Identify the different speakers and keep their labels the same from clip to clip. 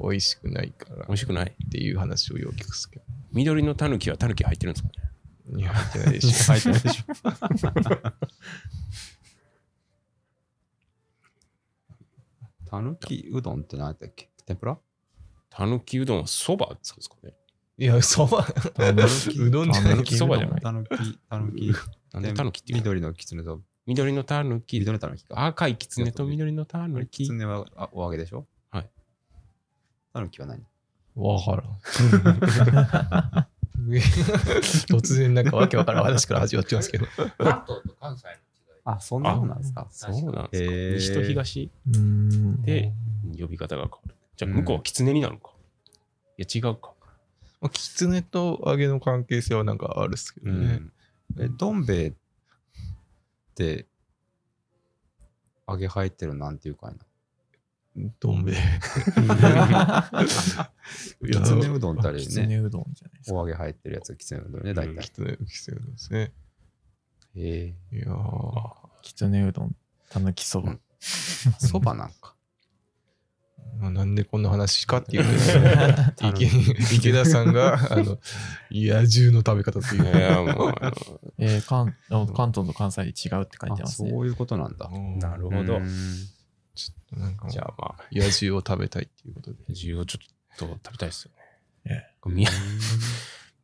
Speaker 1: 美味しくないから
Speaker 2: 美味しくない
Speaker 1: っていう話をよく聞くっすけ
Speaker 2: 緑のタヌキはタヌキ入ってるんですかね
Speaker 1: ど。いや、入ってないでしょ。
Speaker 3: 入ってないでしょ。たぬきうどんって何やったっけ天ぷら
Speaker 2: タヌキうどんはそばですかね
Speaker 1: いや、そば、うどんじゃない
Speaker 2: たぬきそばじゃない
Speaker 3: たぬき、たぬき、
Speaker 2: なんでタヌキっていうの
Speaker 3: 緑の狐と、
Speaker 2: 緑のタヌキ
Speaker 3: 緑のたぬきか。
Speaker 2: 赤いキツネと緑のタヌキ
Speaker 3: 狐はあお揚げでしょ
Speaker 2: はい。
Speaker 3: たぬきは何
Speaker 1: わからん。突然なんかわけわからん話から始まってますけど。
Speaker 4: 関東と関西の違い。
Speaker 3: あ、そんなもんなんですか
Speaker 2: そうなんですか、
Speaker 3: へー
Speaker 2: 西と東
Speaker 1: うん
Speaker 2: で呼び方が変わるじゃあ向こうはキツネになるのか、いや違 うか
Speaker 1: まあ、キツネと揚げの関係性はなんかあるっすけどね。
Speaker 3: え、どん兵衛って、揚げ入ってるなんていうかいな。
Speaker 1: どん兵 衛。い
Speaker 3: きつねうどんってあれ
Speaker 5: きつ
Speaker 3: ね、
Speaker 5: ねうどんじゃないです
Speaker 3: お
Speaker 5: か。
Speaker 3: 揚げ入ってるやつがきつねうどんよね、大
Speaker 1: うん
Speaker 3: 体
Speaker 1: き。つね、きつねうどんですね。
Speaker 3: へえ。
Speaker 1: いやー
Speaker 5: きつねうどん、たぬきそば。
Speaker 3: そばなん か。
Speaker 1: まあなんでこんな話か っていうと池池田さんが、あの、野獣の食べ方っていう
Speaker 2: い
Speaker 1: ね。
Speaker 2: やもうあ
Speaker 5: えー、関あ関東と関西で違うって書いて
Speaker 3: あ
Speaker 5: ます
Speaker 3: そ
Speaker 5: ね。
Speaker 3: ういうことなんだ。
Speaker 2: のなる
Speaker 3: な
Speaker 2: ほど
Speaker 1: ちょっとなんかもう
Speaker 2: じゃあまあ
Speaker 1: 野獣を食べたいっていうことで。
Speaker 2: 自由をちょっと食べたいですよ
Speaker 5: え
Speaker 2: ね宮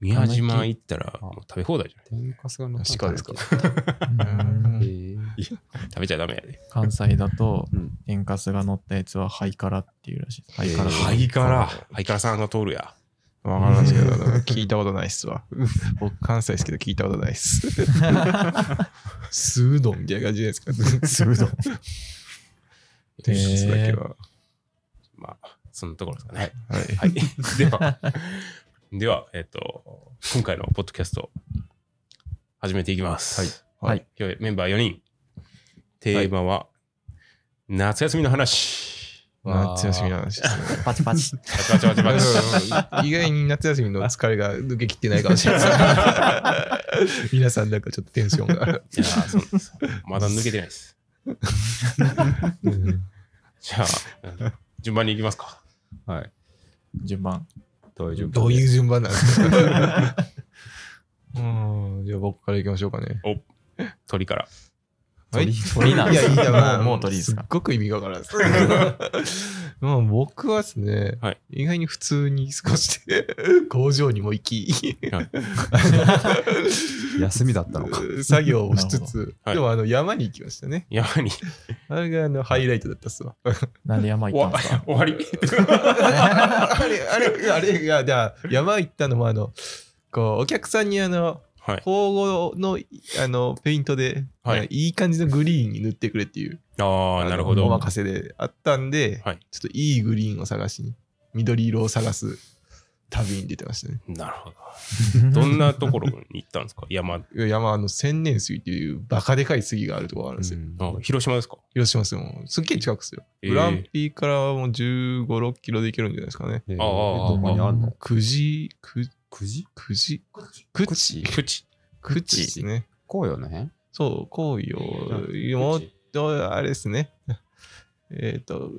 Speaker 2: 宮島行ったらもう食べ放題じゃない
Speaker 3: 天かすがの
Speaker 1: 鹿ですか
Speaker 5: うん
Speaker 3: へえ。
Speaker 2: 食べちゃダメやで
Speaker 5: 関西だと
Speaker 3: うん、
Speaker 5: 天かすが乗ったやつはハイカラっていうらしいです。ハイカラ。
Speaker 2: ハイカラハイカラさんが通るや
Speaker 1: わからんすけど、聞いたことないっすわ。僕、関西ですけど、聞いたことないっす。酢うどんみたいな感じじゃないですか。
Speaker 5: すうどん。
Speaker 1: 天かすだけは。
Speaker 2: まあそんなところですかね
Speaker 1: はい。
Speaker 2: はい ではではえっ、と今回のポッドキャスト始めていきます
Speaker 1: はい
Speaker 2: 今日メンバー4人テーマは、夏休みの話
Speaker 1: 夏休みの話ですね。
Speaker 5: パチパチ。
Speaker 2: パチパチパチパチ
Speaker 1: 意外に夏休みの疲れが抜けきってないかもしれない です。皆さんなんかちょっとテンションが。
Speaker 2: いやーそうなんです。まだ抜けてないです。じゃあ、順番に行きますか。
Speaker 3: はい。
Speaker 5: 順番。
Speaker 3: どういう順
Speaker 1: どういう
Speaker 3: う
Speaker 1: 順番なんですか うんじゃあ僕からいきましょうかね。
Speaker 2: 鳥から。
Speaker 1: はい
Speaker 5: 鳥なん
Speaker 1: い
Speaker 5: です
Speaker 1: や、いや、もう、
Speaker 5: もう鳥ですか
Speaker 1: っごく意味がわからんです。まあ僕はですね、
Speaker 2: はい
Speaker 1: 意外に普通に過ごして、 工場にも行き、
Speaker 3: 休みだったのか。
Speaker 1: 作業をしつつ、
Speaker 2: なるほどはい
Speaker 1: でもあの山に行きましたね。
Speaker 2: 山に。
Speaker 1: あれがあのハイライトだったっすわ。
Speaker 5: なんで山
Speaker 2: 終
Speaker 5: 行ったん
Speaker 2: わ
Speaker 5: ですか
Speaker 2: 終わり。
Speaker 1: あれ、あれ、あれが、じゃあ山行ったのもあの、こう、お客さんにあの、
Speaker 2: はい。
Speaker 1: 芳の、あの、ペイントで、
Speaker 2: はい
Speaker 1: なんかいい感じのグリーンに塗ってくれっていう。
Speaker 2: ああ、なるほ
Speaker 1: あのお
Speaker 2: ど。
Speaker 1: 任せであったんで、
Speaker 2: はい
Speaker 1: ちょっといいグリーンを探しに、緑色を探す旅に出てましたね。
Speaker 2: なるほど。どんなところに行ったんですか山。
Speaker 1: いや山あの千年杉っていうバカでかい杉があるところがあるんですよ。
Speaker 2: あ広島ですか
Speaker 1: 広島ですよ。もうすっげえ近くですよ。
Speaker 2: え
Speaker 1: グ
Speaker 2: ー
Speaker 1: ランピーからはもう15、6キロで行けるんじゃないですかね。
Speaker 3: え
Speaker 2: ああああ
Speaker 3: どこにあるの
Speaker 1: くじ、く、
Speaker 3: くじ
Speaker 1: くじ、
Speaker 4: こっち
Speaker 1: く
Speaker 3: く
Speaker 1: ち
Speaker 3: じ、
Speaker 2: プチ。
Speaker 1: くちですね。
Speaker 3: 紅葉の辺
Speaker 1: そう、紅葉、もっと、あれですね。えっと、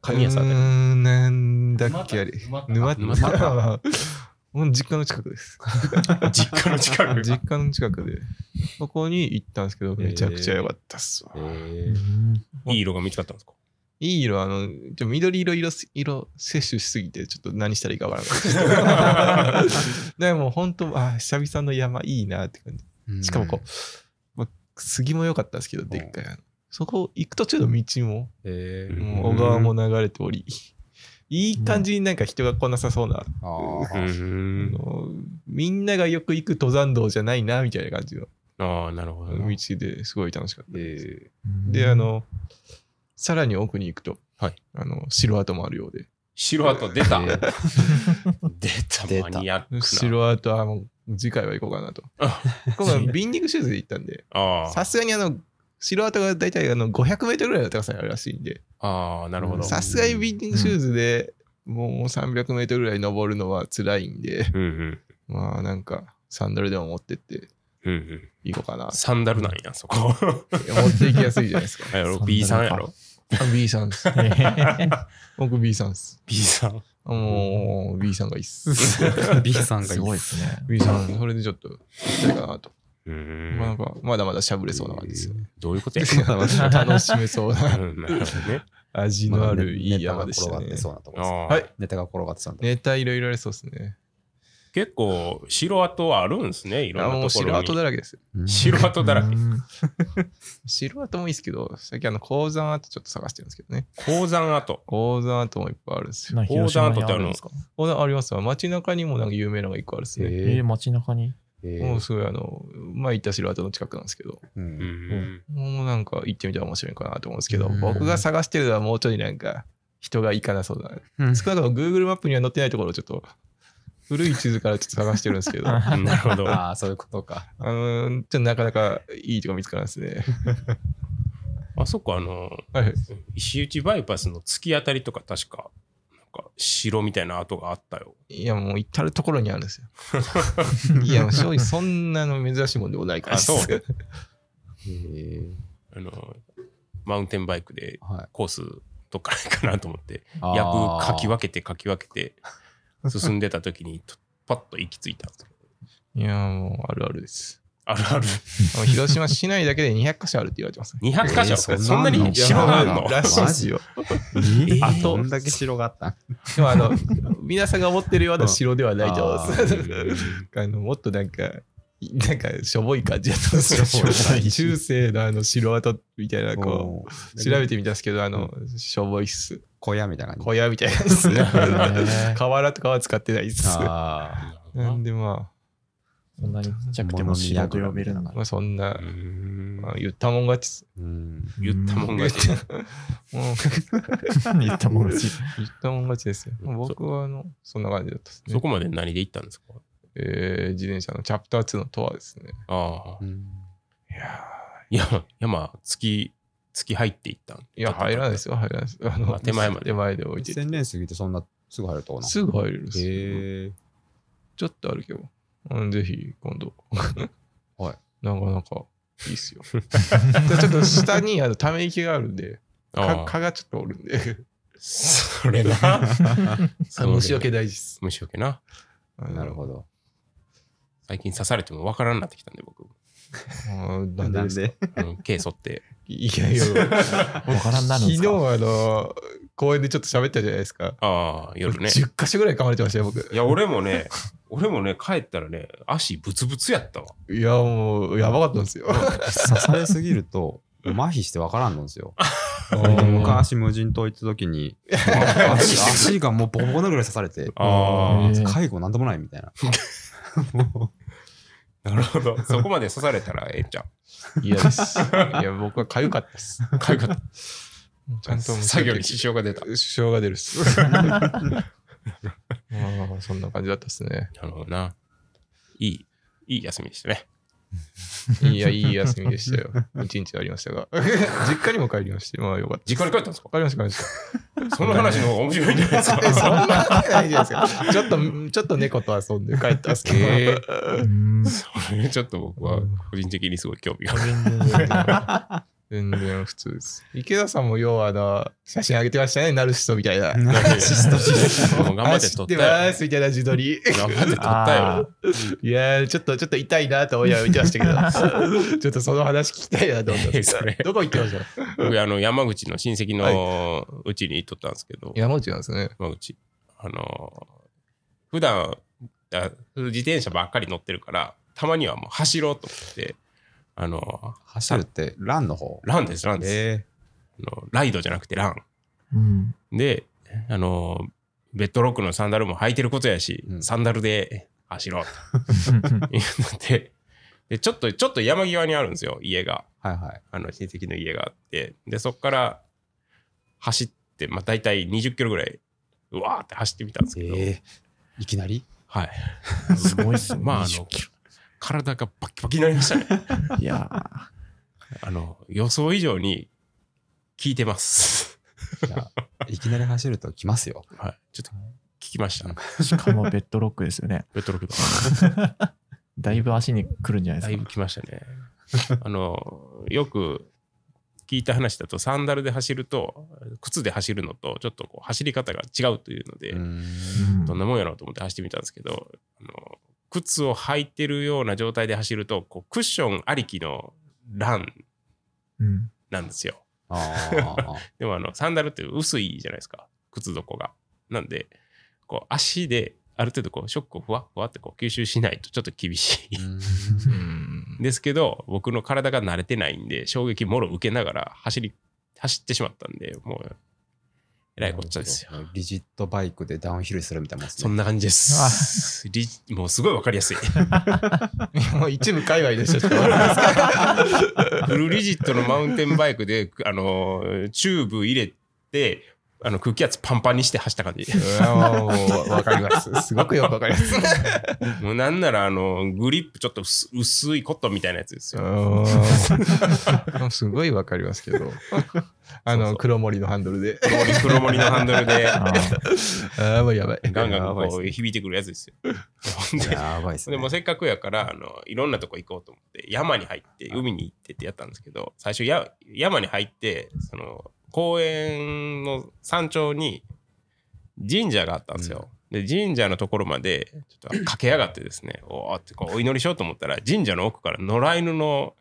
Speaker 2: 神谷さんだ
Speaker 1: うー
Speaker 2: よ
Speaker 1: ん、なんだっけあれ。
Speaker 4: 沼田
Speaker 1: 沼田。
Speaker 2: 沼
Speaker 1: 沼
Speaker 2: 田
Speaker 1: 田。 もう実家の近くです。
Speaker 2: 実家の近く。
Speaker 1: 実家の近くで。そこに行ったんですけど、
Speaker 3: えー
Speaker 1: めちゃくちゃ良かったっすわ。
Speaker 3: え
Speaker 2: いい色が見つかったんですか
Speaker 1: いい色、あの、ちょ緑色色す、色摂取しすぎて、ちょっと何したらいいかわからない です。でも本当、あ、久々の山いいなって感じ。
Speaker 3: え
Speaker 1: しかもこう、まあ、杉も良かったんですけど、でっかいあの。そこ行く途中の道も、
Speaker 3: う。え
Speaker 2: うん
Speaker 3: え。
Speaker 1: もう小川も流れて おり、いい感じになんか人が来なさそうな、
Speaker 3: あ
Speaker 2: う
Speaker 3: あ。
Speaker 1: あ
Speaker 2: ん。
Speaker 1: のみんながよく行く登山道じゃないな、みたいな感じの
Speaker 2: ああ、なるほどな。
Speaker 1: 道ですごい楽しかったです。
Speaker 3: え
Speaker 1: で、あ、の、さらに奥に行くと、
Speaker 2: はい
Speaker 1: あの城跡もあるようで、
Speaker 2: 白跡出た。
Speaker 3: え
Speaker 2: 出
Speaker 3: ー
Speaker 2: た、マニアックな。
Speaker 1: 城跡はもう次回は行こうかなと
Speaker 2: あ。
Speaker 1: 今回 ビンディングシューズで行ったんで、
Speaker 2: あ
Speaker 1: さすがにあの、城跡が大体あの500メートルぐらいの高さにあるらしいんで、
Speaker 2: あ。ああ、なるほど。
Speaker 1: さすがにビンディングシューズでもう300メートルぐらい登るのは辛いんで、
Speaker 2: うんうん。
Speaker 1: まあなんかサンダルでも持ってって
Speaker 2: うんうん。
Speaker 1: 行こうかな。
Speaker 2: サンダルなんや、そこ。
Speaker 1: 持って行きやすいじゃないですか。
Speaker 2: あやろ B さんやろ。
Speaker 1: あ B さん です。僕 B さんです。
Speaker 2: B さん。
Speaker 1: もう B さんがいいっす。
Speaker 3: B さんがい
Speaker 5: す
Speaker 3: い
Speaker 5: ごい
Speaker 3: っ。
Speaker 5: ですすね。
Speaker 1: B さん、それでちょっと、どうかなと。
Speaker 2: う
Speaker 1: まあ、なん
Speaker 2: ん。
Speaker 1: かまだまだしゃぶれそうな感じ ですよね。
Speaker 2: どういうことや
Speaker 1: 楽しめそうな
Speaker 2: うんなるほどね。
Speaker 1: 味のあるいい山でした
Speaker 3: ネタが
Speaker 1: ね
Speaker 3: 転がって。そうなとこ
Speaker 2: あ
Speaker 1: は
Speaker 2: ー
Speaker 3: ろです。
Speaker 1: い
Speaker 3: ネタが転がってそうなとこ
Speaker 1: ネタいろいろありそうですね。
Speaker 2: 結構、城跡はあるんですね、いろ
Speaker 1: あ
Speaker 2: ん
Speaker 1: も
Speaker 2: な
Speaker 1: う
Speaker 2: とこ
Speaker 1: 城
Speaker 2: ろ
Speaker 1: 跡
Speaker 2: に。
Speaker 1: だらけですよ。
Speaker 3: ろ。
Speaker 2: 城跡だらけ。
Speaker 5: うん
Speaker 1: 城跡もいいですけど、最近あの鉱山跡ちょっと探してるんですけどね。
Speaker 2: 鉱山跡。
Speaker 1: 鉱山跡もいっぱいあるんですよ。
Speaker 5: な広島にあるんですか
Speaker 1: 鉱山ありますわ。街中にもなんか有名なのが一個あるんですね。
Speaker 5: え
Speaker 3: え
Speaker 5: ー、街中に
Speaker 3: ー
Speaker 1: もうすごいあの、まあ行った城跡の近くなんですけど、
Speaker 2: う
Speaker 3: う
Speaker 2: んん。
Speaker 1: もうなんか行ってみたら面白いかなと思うんですけど
Speaker 5: う、ん
Speaker 1: 僕が探してるのはもうちょいなんか人が行かなそうだな。
Speaker 3: うん
Speaker 1: 少なくとも Google マップには載ってないところをちょっと、古い地図からちょっと探してるんですけど、あ
Speaker 2: なるほど。
Speaker 3: ああ、そういうことか。
Speaker 1: のちょっとなかなかいいとこ見つからないですね。
Speaker 2: あそこ、あの、
Speaker 1: はい。
Speaker 2: 石打バイパスの突き当たりとか、確か、なんか、城みたいな跡があったよ。
Speaker 1: いや、もう至るところにあるんですよ。いや、もう正直そんなの珍しいもんでもないから。
Speaker 2: あそう
Speaker 1: です
Speaker 3: えー
Speaker 2: あの、マウンテンバイクで
Speaker 3: はい。
Speaker 2: コースどっからいいかなと思って、
Speaker 3: あー
Speaker 2: 役かき分けてかき分けて、進んでた 時に、とパッと行き着いた。
Speaker 1: いや、もうあるあるです。
Speaker 2: あるある。
Speaker 1: あの広島市内だけで200箇所あるって言われてますね。
Speaker 2: 200箇所、
Speaker 3: えーそんなの
Speaker 2: そんなに城があるの
Speaker 1: らしいですよ。
Speaker 3: あ
Speaker 1: あ
Speaker 3: と、
Speaker 1: と
Speaker 3: どん、だけ城があった
Speaker 1: でもあの、皆さんが思ってるような城ではないと思いますあのもっとなんか、なんかしょぼい感じやったんですよ。
Speaker 3: しょぼい
Speaker 1: 中世のあの城跡みたいな、こう、調べ
Speaker 3: て。
Speaker 1: てみたんですけど、あの、しょぼいっす。
Speaker 3: 小屋みたいな感じ。
Speaker 1: 小屋みたいなんですね。
Speaker 5: ー
Speaker 1: 河原とかは使ってないっす。
Speaker 3: あ
Speaker 1: なんでま
Speaker 5: そんなにちっちゃくても城と呼べるの
Speaker 1: あ、
Speaker 5: が
Speaker 1: まあそんな
Speaker 2: う、ん
Speaker 1: まあ、言ったもん勝ちっす。
Speaker 3: ーうん。
Speaker 2: 言ったもん
Speaker 1: 言
Speaker 2: が
Speaker 1: った
Speaker 5: 言ったもん勝ち
Speaker 1: もん勝ちですよ。僕はあの、そんな感じだったっすね
Speaker 2: そこまで何で行ったんですか
Speaker 1: えー自転車のチャプター2のとはですね。
Speaker 2: ああ
Speaker 3: う。ん
Speaker 1: いや
Speaker 2: 山、山、月、月入っていったん
Speaker 1: いや、入らないですよ、入らないです。あ
Speaker 2: あ手前まで
Speaker 1: 手前で置いてて
Speaker 3: 千年過ぎてそんなすぐ入るとこな。
Speaker 1: すぐ入れるんですよ
Speaker 3: へえ。
Speaker 1: ちょっとあるけど、うん、ぜひ今度。
Speaker 3: はい。
Speaker 1: なかなかいいっすよ。でちょっと下にあのため池があるんで、
Speaker 2: あ
Speaker 1: か
Speaker 2: あ
Speaker 1: 蚊がちょっとおるんで、
Speaker 2: そ れな。それ
Speaker 1: 虫除け。大事っす。
Speaker 2: 虫よけな。
Speaker 3: なる
Speaker 1: ど。
Speaker 3: ほど。
Speaker 2: 最近刺されてもわからんなってきたんで、僕。
Speaker 1: うんなんでですか
Speaker 3: で
Speaker 2: あの毛剃って。
Speaker 1: いやいや、
Speaker 5: わからんなる
Speaker 1: 昨
Speaker 5: んです
Speaker 1: 日
Speaker 5: か
Speaker 1: あの、公園でちょっと喋ったじゃないですか。
Speaker 2: ああ、夜ね。
Speaker 1: 10箇所ぐらい噛まれてましたよ、僕。
Speaker 2: いや、俺 もね、俺もね、帰ったらね、足ブツブツやったわ。
Speaker 1: いや、もう、やばかったんですよ。
Speaker 3: 刺されすぎると、麻痺してわからんのんですよ。
Speaker 1: あ
Speaker 3: 昔無人島行った時に、足足がもうボコボコなぐらい刺されて、
Speaker 2: あ
Speaker 5: ー
Speaker 3: 介護なんでもないみ たいな。
Speaker 2: あ、なるほど。 そこまで刺されたらええんちゃ
Speaker 1: ーいや です。いや、僕はかゆかったです。
Speaker 2: う。かゆかった。
Speaker 1: ちゃんと虫 除
Speaker 2: 作業
Speaker 1: け
Speaker 2: に支障が出た。
Speaker 1: 支障が出るっす。まあ、そんな感じだったっすね。
Speaker 2: なるほどな。いい、いい休みでしたね。
Speaker 1: いや、いい休みでしたよ。一日ありましたが。実家にも帰りまして、まあよかった。
Speaker 2: 実家に帰ったんですか
Speaker 1: 帰りました、帰りました。
Speaker 2: その話 の方が面白いんじゃないです
Speaker 1: えそん
Speaker 2: か。
Speaker 1: なわけないじゃないです か。ちょっと、ちょっと猫と遊んで帰ったっすけど。
Speaker 2: えー
Speaker 5: うん
Speaker 2: それちょっと僕は個人的にすごい興 味がある。
Speaker 1: 全然普通です。池田さんも要はあの、写真あげてましたね、ナルシストみたいな。
Speaker 2: もう頑張って撮ったよ。
Speaker 1: 走ますみたいな自撮り。
Speaker 2: 頑張って撮った
Speaker 5: あ
Speaker 2: よ。
Speaker 1: いやー、ちょっと、ちょっと痛いなと思いながら見てま したけど、ちょっとその話聞きたいなと思ったん です
Speaker 2: えそれ
Speaker 1: どこ行ってました
Speaker 2: 僕、あの、山口の親戚のうちに撮ったんですけど、
Speaker 1: 山内なんですね。
Speaker 2: 山口。あのー、普段あ自転車ばっかり乗ってるから、たまにはもう走ろうと思って、あの
Speaker 3: 走るって、ランの方
Speaker 2: ー、。ランです、ランです。
Speaker 3: え
Speaker 2: あのライドじゃなくてラン。
Speaker 5: うん
Speaker 2: で、あのー、ベッドロックのサンダルも履いてることやし、
Speaker 3: うん
Speaker 2: サンダルで走ろうというので、で、ちょっと、ちょっと山際にあるんですよ、家が。
Speaker 3: ー、はいはい。
Speaker 2: あの親戚の家があって、で、そこから走って、まあ、大体20キロぐらい、うわーって走ってみたんですけど、
Speaker 3: えー、いきなり
Speaker 2: はい。
Speaker 5: すごいっすね
Speaker 2: まあ、あ
Speaker 5: 20
Speaker 2: の、体がバキバキになりました ね。
Speaker 5: いやー
Speaker 2: あの、予想以上に効いてます。
Speaker 3: いやいきなり走ると来ますよ。
Speaker 2: はい。ちょっと聞きました。
Speaker 5: しかもベッドロックですよね
Speaker 2: ベトロック
Speaker 5: だいぶ足にくるんじゃない
Speaker 2: だ
Speaker 5: で
Speaker 2: い
Speaker 5: す
Speaker 2: ぶ
Speaker 5: か
Speaker 2: 来ましたね。あの、よく、聞いた話だとサンダルで走ると靴で走るのとちょっとこう走り方が違うというので、
Speaker 5: うん
Speaker 2: どんなもんやろうと思って走ってみたんですけどあの靴を履いてるような状態で走るとこうクッションありきのラン
Speaker 5: うん
Speaker 2: なんですよ。
Speaker 3: あーあーあー
Speaker 2: でもあのサンダルって薄いじゃないですか靴底が。なんでこう足である程度こうショックをふわっふわってこう吸収しないとちょっと厳しい。
Speaker 3: う
Speaker 1: うん
Speaker 2: ですけど僕の体が慣れてないんで衝撃もろ受けながら走り走ってしまったんでもう えらいこっちゃですよ。
Speaker 3: なるほど。リジットバイクでダウンヒルするみたいなもんですね。
Speaker 2: そんな感じです。リもうすごいわかりや すい。
Speaker 1: もう一部界隈でしょ。
Speaker 2: フルリジットのマウンテンバイクで、あのー、チューブ入れて、あの空気圧パンパンにして走った感じ。
Speaker 1: わかります。すごくよくわかります。
Speaker 2: もうなんなら、あのーグリップちょっと薄薄いコットンみたいなやつですよ。
Speaker 1: うんすごいわかりますけ ど。あ
Speaker 2: そうそう
Speaker 1: の、黒森のハンドルで。
Speaker 2: 黒森黒森のハンドルで、
Speaker 5: あー
Speaker 1: ああ、もうやばい。
Speaker 2: ガンガン
Speaker 1: やばいっ
Speaker 2: こ
Speaker 1: す
Speaker 2: う
Speaker 1: ね
Speaker 2: 響いてくるやつですよ。ほんで
Speaker 3: やばいです
Speaker 2: で
Speaker 3: ね。
Speaker 2: もうせっかくやからあのいろんなとこ行こうと思って山に入って海に行ってってやったんですけど最初や山に入ってその公園の山頂に神社があったんですよ。で神社のところまでちょっと駆け上がってですねおーってこうお祈りしようと思ったら神社の奥から野良犬の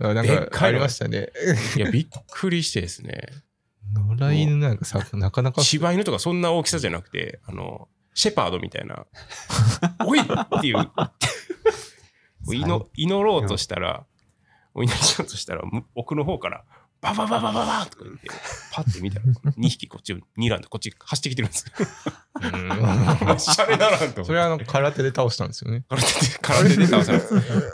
Speaker 1: あなん
Speaker 2: でっ
Speaker 1: か
Speaker 2: かいの
Speaker 1: ありましたね。
Speaker 2: いやびっくりしてですね
Speaker 1: 野良犬なんかさ、なかなか。
Speaker 2: 柴犬とかそんな大きさじゃなくてあのシェパードみたいな 「おい!」って いう祈
Speaker 3: 最高
Speaker 2: 祈ろうとしたらお祈りしようとしたらむ奥の方から「バババババババとか言ってパッて見たら2匹こっちを睨んでこっち走ってきてるんですよ。
Speaker 1: うん
Speaker 2: シャレならんと思って
Speaker 1: それはあの空手で倒したんですよね。
Speaker 2: 空手で空手で倒されて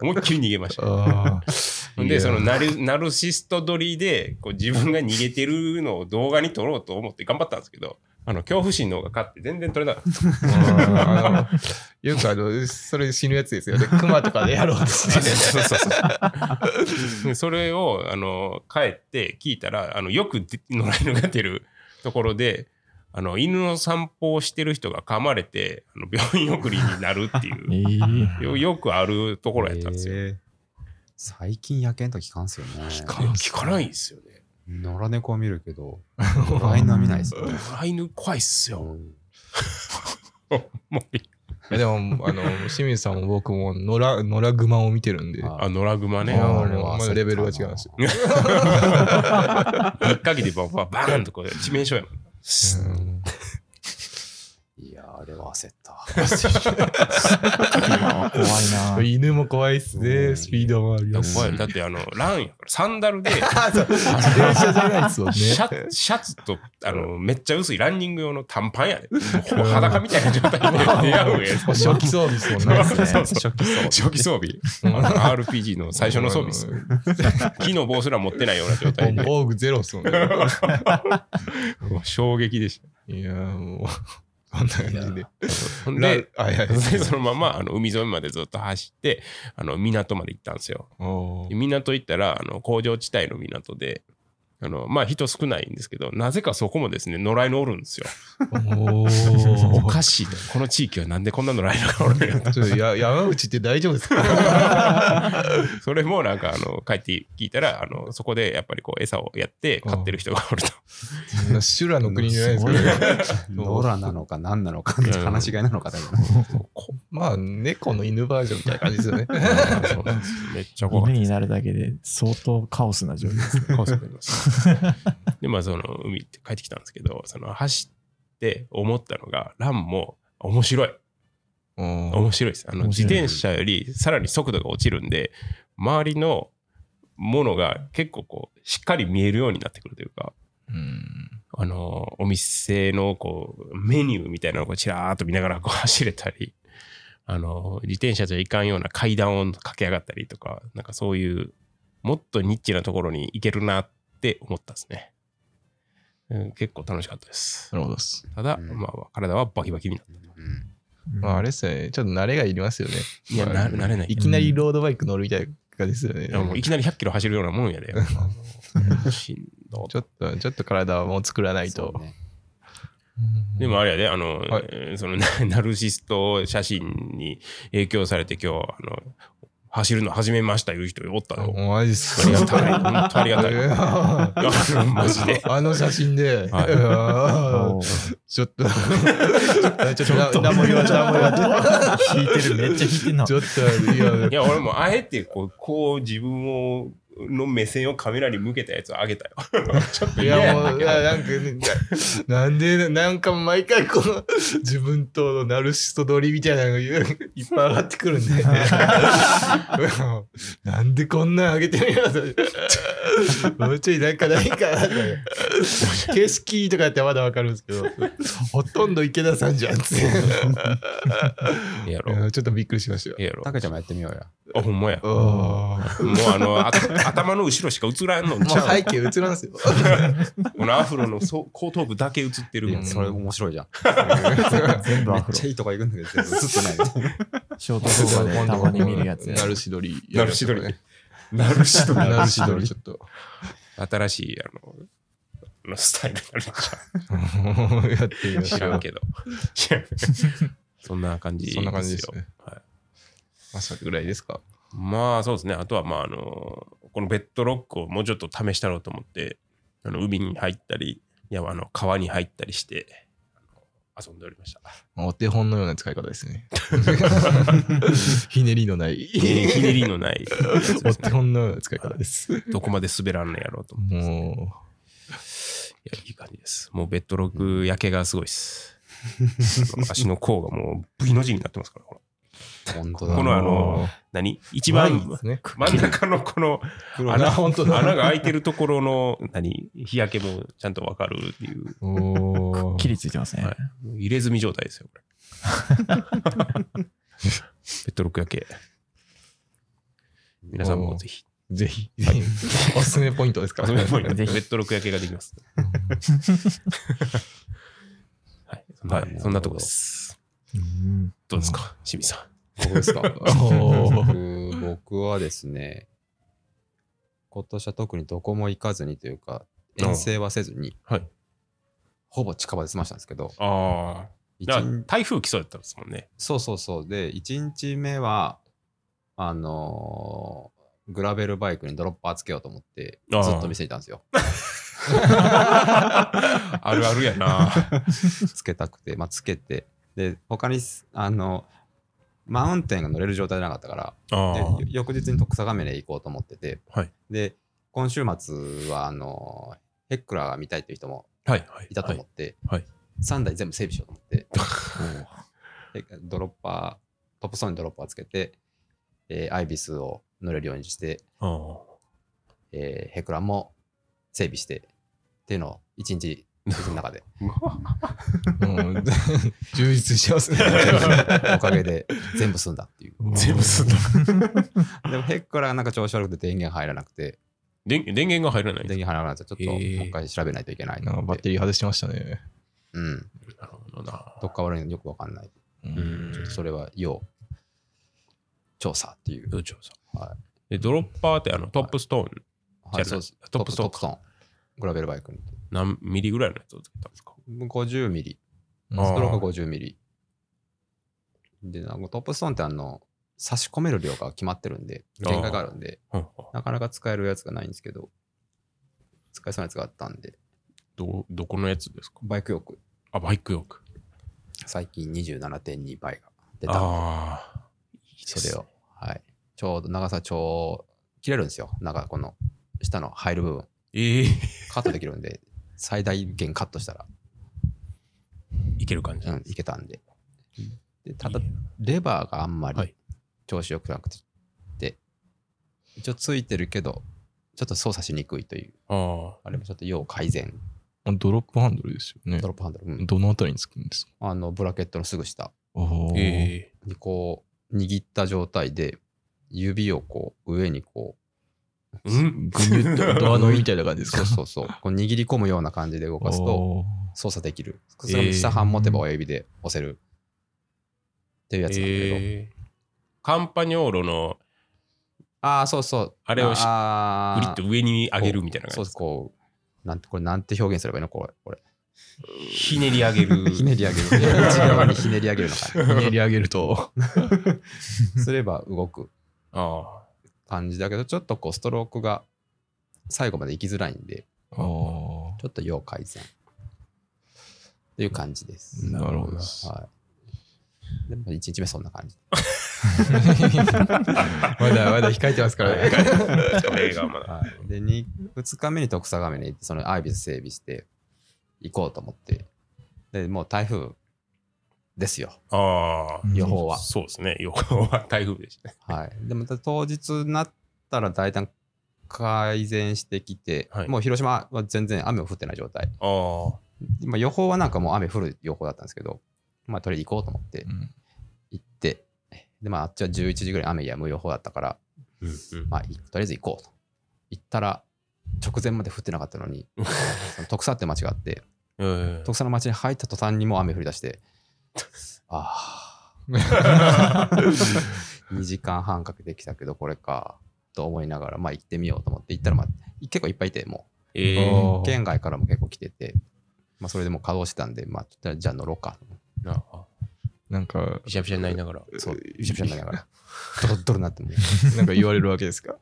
Speaker 2: 思いっきり逃げました。
Speaker 1: あ
Speaker 2: ほんで、そのナルナルシスト撮りで、こう自分が逃げてるのを動画に撮ろうと思って頑張ったんですけど、あの、恐怖心の方が勝って全然撮れなかった。
Speaker 1: あ。よくあの、それ死ぬやつですよね。熊とかでやろうとしてね。
Speaker 2: そうそうそう。それを、あの、帰って聞いたら、あの、よくで野良犬が出るところで、あの、犬の散歩をしてる人が噛まれて、あの病院送りになるって い
Speaker 5: えー
Speaker 2: う、よよくあるところやったんですよ。
Speaker 3: へー最近野犬とか聞かんすよね。
Speaker 2: 聞か聞かないんですよね。
Speaker 3: 野良猫は見る けど、野良犬は見ないですよね。
Speaker 2: 野良犬怖いっすよ。もう
Speaker 1: いやでも、あの、清水さんも僕も野良、野良熊を見てるんで。
Speaker 2: あ、野良熊ね。
Speaker 1: いや
Speaker 3: あ
Speaker 1: 俺はまだレベルが違うんですよ。
Speaker 2: 一っかけでバンバンバーンとこう致命傷やもん。
Speaker 1: うん
Speaker 3: いやー、あれは焦った。
Speaker 5: あー怖い
Speaker 1: 犬も怖いっす
Speaker 3: う
Speaker 1: ね。
Speaker 3: ん
Speaker 1: スピードもありますし。
Speaker 2: 怖いだってあのランやからサンダル で
Speaker 1: 自転車じゃないっすもんね。
Speaker 2: シャシャツとあのめっちゃ薄いランニング用の短パンやでほぼ裸みたいな状態で出会う や
Speaker 1: もう初期装備っすもんね。
Speaker 2: そうそうつ初期装備あの RPG の最初の装備っすよ
Speaker 1: うん
Speaker 2: 木の棒すら持ってないような状態
Speaker 1: もう
Speaker 2: で
Speaker 1: 防具ゼロっすもんね。
Speaker 2: もう衝撃でし
Speaker 1: いやーもう、こんな感じで。
Speaker 2: たほん
Speaker 1: ラ
Speaker 2: で
Speaker 1: ンはいはい。
Speaker 2: で そのままあの海沿いまでずっと走ってあの港まで行ったんですよ
Speaker 1: お
Speaker 2: で
Speaker 1: ー
Speaker 2: 港行ったらあの工場地帯の港であのまあ人少ないんですけどなぜかそこもですね野良犬おるんですよ
Speaker 1: お
Speaker 2: お
Speaker 1: ー。
Speaker 2: かしいねこの地域はなんでこんな野良犬がおるんや
Speaker 1: ちょっとや山口って大丈夫ですか
Speaker 2: それもなんかあの帰って聞いたらあのそこでやっぱりこう餌をやって飼ってる人がおると
Speaker 1: 修羅の国じゃないですか
Speaker 5: すごい
Speaker 3: 野良なのか何なのかって話し飼いなのかだけど。
Speaker 1: こまあ、猫の犬バージョンみたいな感じですよね。
Speaker 2: そうなんですめっちゃ
Speaker 5: な
Speaker 2: 怖
Speaker 5: 犬
Speaker 2: い
Speaker 5: になるだけで相当カオスな状況ですね
Speaker 2: でまあその海って帰ってきたんですけどその走って思ったのがランも面白い
Speaker 1: うん
Speaker 2: 面白いですあの
Speaker 5: 面
Speaker 2: 自
Speaker 5: 白い
Speaker 2: 転車よりさらに速度が落ちるんで周りのものが結構こうしっかり見えるようになってくるというか
Speaker 1: うん
Speaker 2: あの、お店のこう、メニューみたいなのをこうちらーっと見ながらこう 走れたり、あの、自転車じゃいかんような階段を駆け上がったりとか、なんかそういう、もっとニッチなところに行けるなって思ったですね。うん、結構楽しかったです。
Speaker 1: なるほどっす。
Speaker 2: ただ、
Speaker 3: うん
Speaker 2: まあ、体はバキバキになっ
Speaker 3: うん
Speaker 1: まあ、あれですね、ちょっと慣れがいりますよね。
Speaker 2: た。いや、な慣れない。
Speaker 1: い
Speaker 2: い
Speaker 1: きなりロードバイク乗るみたいな感じですよね。
Speaker 2: やもういきなり100キロ走るようなもん やで。 しんど
Speaker 1: ちょっと、ちょっと体はもう作らない
Speaker 3: そ
Speaker 1: と
Speaker 3: う。ね
Speaker 2: でもあれやで、あの、
Speaker 1: はい
Speaker 2: えーそのナナルシスト写真に影響されて今日、あの、走るの始めましたいう人おったの。
Speaker 1: マジっす
Speaker 2: あ
Speaker 1: か。
Speaker 2: りがたい。本当ありがたい。
Speaker 1: い
Speaker 2: いや マジで。
Speaker 1: あの写真で、
Speaker 2: はい
Speaker 1: うんちょっと、ちょっと、ちょっと、何も言わんと、何も言わんと
Speaker 5: 引いてる、めっちゃ引いてん な。
Speaker 1: ちょっと、いや
Speaker 2: い、や、俺もあえてこう、こう自分を、の目線をカメラに向けたやつをあげたよ。ちょっと
Speaker 1: い
Speaker 2: 嫌
Speaker 1: や
Speaker 2: やった
Speaker 1: もう、
Speaker 2: けど
Speaker 1: いやなんかね、なんで、なんか毎回この自分とのナルシスト通りみたいなのがいっぱい上がってくるんで、 なんでこんなん上げてみようと。もうちょいなんかないかなと景色とかやってまだわかるんですけど、ほとんど池田さんじゃんって。
Speaker 2: ええや
Speaker 1: い
Speaker 2: ろ。
Speaker 1: やちょっとびっくりしましたよ
Speaker 2: ええやろ
Speaker 3: た。けちゃんもやってみようや。
Speaker 2: あ、ほんまや。もう
Speaker 1: おー
Speaker 2: あの、あ 頭の後ろしか映らんのん
Speaker 1: もう
Speaker 2: ちゃう
Speaker 1: 背景映らんすよ。
Speaker 2: このアフロのそう後頭部だけ映ってる
Speaker 3: い
Speaker 2: もん
Speaker 3: やそれ面白いじゃ ん。
Speaker 5: 全部
Speaker 3: め
Speaker 5: ア
Speaker 3: っ
Speaker 5: フロ
Speaker 3: ちゃ。いいとこ行くんだけど、全部映ってない。
Speaker 5: ショート動画でたまに見るやつ。
Speaker 1: ナルシドリ。
Speaker 2: ナルシドリ。
Speaker 1: ナルシドリ。ナルシドリ、ちょっと。
Speaker 2: 新しい、あの、あのスタイルになるんちゃ
Speaker 1: やってみま
Speaker 2: う
Speaker 1: しょ
Speaker 2: 知
Speaker 1: う
Speaker 2: らんけど。知らん そんな感じ
Speaker 1: そんな感じです
Speaker 2: よ
Speaker 1: ね。
Speaker 2: はい
Speaker 1: まあ、それぐらいですか。
Speaker 2: まあそうですね。あとは、まああの、このベッドロックをもうちょっと試したろうと思って、あの海に入ったり、山の川に入ったりして、あの遊んでおりました。
Speaker 1: お手本のような使い方です ね。ひねりのない。
Speaker 2: ひねりのないやつで
Speaker 1: お
Speaker 2: す
Speaker 1: 手
Speaker 2: ね。
Speaker 1: 本のような使い方です。
Speaker 2: どこまで滑らんのやろうと思って。
Speaker 1: も
Speaker 2: いや、いい感じです。もうベッドロック焼けがすごい です。あの足の甲がもう V の字になってますから、ほら
Speaker 3: 本当
Speaker 1: う、
Speaker 3: だ。
Speaker 2: このあの
Speaker 1: もう、
Speaker 2: 何一
Speaker 1: 一
Speaker 2: 番
Speaker 1: ですね。
Speaker 2: 真ん中のこの
Speaker 1: あら、
Speaker 2: 穴
Speaker 1: 本当だ。
Speaker 2: 穴が開いてるところの何日焼けもちゃんとわかるっていう。
Speaker 1: おー
Speaker 5: 切りついてますね。
Speaker 2: はい入れ墨状態ですよ、これ。ベッドロック焼け。皆さんもぜひ。
Speaker 1: ぜひ、ぜひ おすすめポイントですから
Speaker 2: 遊びのポイントベ
Speaker 5: ぜひ
Speaker 2: ッドロック焼けができます。はい。そんな、
Speaker 3: はい
Speaker 2: そんなとこです。
Speaker 5: うん
Speaker 2: どうですか、清水さん。
Speaker 3: 僕ですか
Speaker 1: おー
Speaker 3: 僕僕はですね、今年は特にどこも行かずにというか、遠征はせずに、
Speaker 2: あはい
Speaker 3: ほぼ近場で済ましたんですけど、
Speaker 2: ああ。
Speaker 3: 一
Speaker 2: だから
Speaker 3: 日
Speaker 2: 台風来そうだったんですもん ね。
Speaker 3: そうそうそう。で、1日目は、あのーグラベルバイクにドロッパーつけようと思って、ず
Speaker 2: あー
Speaker 3: っと店にいたんですよ。
Speaker 2: あるあるやな。
Speaker 3: つけたくて、まあ、つけて。で、他にす、あの、マウンテンが乗れる状態じゃなかったから、で
Speaker 2: あ
Speaker 3: よ翌日に徳佐メで行こうと思ってて、
Speaker 2: はい
Speaker 3: で今週末はあのヘックラーが見たいという人も
Speaker 2: あ。はいはい。
Speaker 3: いたと思って、
Speaker 2: はいはい
Speaker 3: 3台全部整備しようと思って でドロッパートップソーにドロッパーつけて、えーアイビスを乗れるようにして、
Speaker 2: はい
Speaker 3: えーヘックラーも整備してっていうのを1日僕の中 で
Speaker 1: うん充実してますね。
Speaker 3: おかげで全部済んだっていう
Speaker 2: 全部すんだ。
Speaker 3: でもヘックラーなんか調子悪くて電源入らなくて
Speaker 2: 電電源が入らない。
Speaker 3: 電源入らなくてちょっと
Speaker 2: へ
Speaker 3: もう
Speaker 2: ー
Speaker 3: 一回調べないといけないと
Speaker 1: なんか
Speaker 3: 思
Speaker 1: バ
Speaker 3: っ
Speaker 1: ッテ
Speaker 3: て、
Speaker 1: リー外してましたね。
Speaker 3: うん、
Speaker 2: なるほどな。
Speaker 3: どっか悪いのよくわかんない。
Speaker 1: う
Speaker 2: うんん。
Speaker 3: それは要調査っていう。
Speaker 2: どうでしょうさ。
Speaker 3: は
Speaker 2: でドロッパーってあのトップストーン、
Speaker 3: は
Speaker 2: じ
Speaker 3: い、
Speaker 2: ゃ
Speaker 3: そ
Speaker 2: あ
Speaker 3: うです
Speaker 2: トップストーン
Speaker 3: トップストーン。グラベルバイクに。
Speaker 2: 何ミリぐらいのやつをつけたんですか
Speaker 3: 50ミリ。
Speaker 1: うん
Speaker 3: ストロー
Speaker 2: あ
Speaker 3: ク50ミリ。で、なんかトップストーンってあの、差し込める量が決まってるんで、
Speaker 2: あー
Speaker 3: 限界があるんで、
Speaker 2: あ
Speaker 3: なかなか使えるやつがないんですけど、使えそうなやつがあったんで、
Speaker 2: ど、どこのやつですか
Speaker 3: バイクよく、
Speaker 2: あ、バイクヨーク。
Speaker 3: 最近27.2倍が出た。
Speaker 2: ああ。いいです
Speaker 3: それを。はい。ちょうど長さちょう、切れるんですよ。なんかこの、下の入る部分。
Speaker 2: ええ
Speaker 3: カットできるんで、最大限カットしたら、
Speaker 2: いける感じ。
Speaker 3: うん、いけたんで。でただ
Speaker 2: いいね、
Speaker 3: レバーがあんま
Speaker 2: は
Speaker 3: り
Speaker 2: い
Speaker 3: 調子良くなくて、一応ついてるけど、ちょっと操作しにくいという、
Speaker 2: あ
Speaker 3: あれもちょっと要改善、
Speaker 1: ドロップハンドルですよね
Speaker 3: ド。ロップハンドル、うん
Speaker 1: どのあたりにつくんですか
Speaker 3: あのブラケットのすぐ下
Speaker 1: お
Speaker 2: あ。
Speaker 1: ー
Speaker 2: え
Speaker 3: にこう、握った状態で、指をこう、上にこ
Speaker 2: えうん
Speaker 1: グニュッとドアノみたいな感じ
Speaker 3: う、
Speaker 1: ですか
Speaker 3: そうそうそう、こう握り込むような感じで動かすと、
Speaker 1: おー
Speaker 3: 操作できる。それも下半持てば親指で押せる。っていうやつなんだけど。
Speaker 2: ええカンパニョーロの
Speaker 3: ああ、そうそう。
Speaker 2: あれをし
Speaker 3: あ
Speaker 2: グ
Speaker 3: ー
Speaker 2: リッと上に上げるみたいな
Speaker 3: そ
Speaker 2: 感
Speaker 3: う
Speaker 2: じ。
Speaker 3: こう、なんて、これなんて表現すればいいのこれ、これ。
Speaker 2: ひねり上げる。
Speaker 3: ひねり上 げる。内側にひねり上げるのか
Speaker 1: ひねり上げると。
Speaker 3: な。すれば動く。
Speaker 2: あ
Speaker 3: 感じだけど、ちょっとこうストロークが最後まで行きづらいんで、
Speaker 1: あー
Speaker 3: ちょっと要改善。っていう感じです。
Speaker 1: なるほど。
Speaker 3: はい。でも1日目そんな感じ。 まだまだ控えてますからね。
Speaker 2: あ。しかも映画はまだ。
Speaker 3: はい、で 2, 日目に徳佐亀に行ってそのアイビス整備して行こうと思ってでもう台風ですよ、
Speaker 2: あ
Speaker 5: うん
Speaker 3: 予報
Speaker 2: あ。
Speaker 3: は、
Speaker 2: そうですね。横は台風でしたね。
Speaker 3: はい、でまた当日になったら大体改善してきて、
Speaker 2: はい
Speaker 3: もう広島は全然雨も降ってない状態
Speaker 2: ああ。
Speaker 3: 今予報はなんかもう雨降る予報だったんですけどまあとりあえず行こうと思って
Speaker 1: うん
Speaker 3: 行ってでまああっちは11時ぐらい雨やむ予報だったから
Speaker 2: うんうん
Speaker 3: まあ、いとりあえず行こうと。行ったら、直前まで降ってなかったの に、その徳佐って町があって、
Speaker 2: うん
Speaker 3: 徳佐の町に入った途端にもう雨降り 出して、あ あ、2時間半かけてきたけど、これか、と思いながら、まあ行ってみようと思って行ったら、まあ、結構いっぱいいて、も
Speaker 2: ええ
Speaker 1: お
Speaker 3: う、県外からも結構来てて、まあ、それでもう稼働してたんで、まあ、ちょっとじゃあ乗ろうか。
Speaker 2: なあ
Speaker 1: なんか、
Speaker 2: びしゃびしゃになりながら。
Speaker 3: そう、びしゃびしゃになりながら、ドロッドロになってもう
Speaker 1: なんか言われるわけですか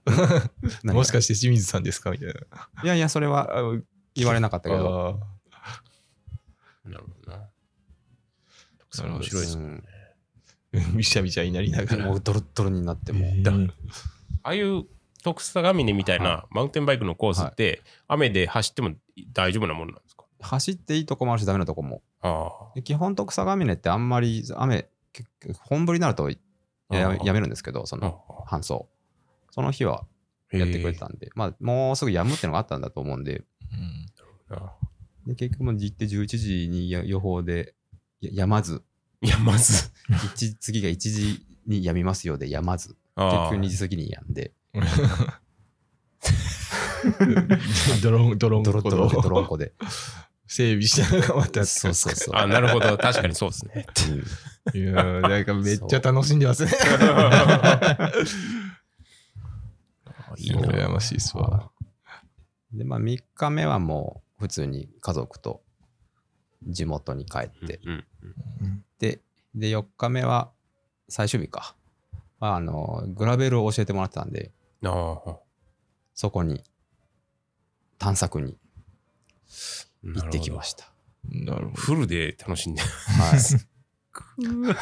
Speaker 3: 何が
Speaker 1: もしかして清水さんですかみたいな。
Speaker 3: いやいや、それは言われなかったけど、
Speaker 1: あ
Speaker 2: なるほど
Speaker 1: ー
Speaker 2: な。
Speaker 1: なるほ
Speaker 2: 面
Speaker 1: ど
Speaker 2: 白いです
Speaker 3: う
Speaker 2: ね。
Speaker 3: ん
Speaker 1: びしゃびしゃになりながら。
Speaker 3: もうドロッドロになってもう。
Speaker 5: だ
Speaker 2: ああいう徳相模みたいなマウンテンバイクのコースって、雨で走っても大丈夫なもんなんですか
Speaker 3: 走っていいとこもあるしダメなとこも
Speaker 2: あ
Speaker 3: で基本徳佐峰ってあんまり雨結局本降りになるとや
Speaker 2: あ。
Speaker 3: やや
Speaker 2: め
Speaker 3: めるんですけどその
Speaker 2: や
Speaker 3: 搬送その日はやってくれてたんで、まあもうすぐやむってのがあったんだと思うんで
Speaker 1: うん
Speaker 3: で結局もう行って11時にや予報でややまず
Speaker 2: いや、まず。
Speaker 3: 一次が1時にやみますよでやまず結
Speaker 2: あ
Speaker 3: 局2
Speaker 2: ー
Speaker 3: 時過ぎにやんで
Speaker 1: ドロン、ドロン
Speaker 3: ドロ
Speaker 1: コ
Speaker 3: ッドロでドロン
Speaker 1: と
Speaker 3: コで
Speaker 1: 整備しながらまたやって
Speaker 3: そうそうそう
Speaker 2: あ、なるほど。確かにそうです ね。
Speaker 3: うん
Speaker 1: いやーなんかめっちゃ楽しんでますね。
Speaker 2: いい
Speaker 1: 羨
Speaker 2: な。
Speaker 1: ましいっすわ。
Speaker 3: でまあ3日目はもう普通に家族と地元に帰って
Speaker 2: うん
Speaker 3: で、で、4日目は最終日か。あの、グラベルを教えてもらってたんで、
Speaker 2: ああ。
Speaker 3: そこに探索に
Speaker 2: 行
Speaker 3: 行ってきました。
Speaker 1: なるほ
Speaker 2: フルで楽しんで。
Speaker 3: はい。そうで、
Speaker 2: なる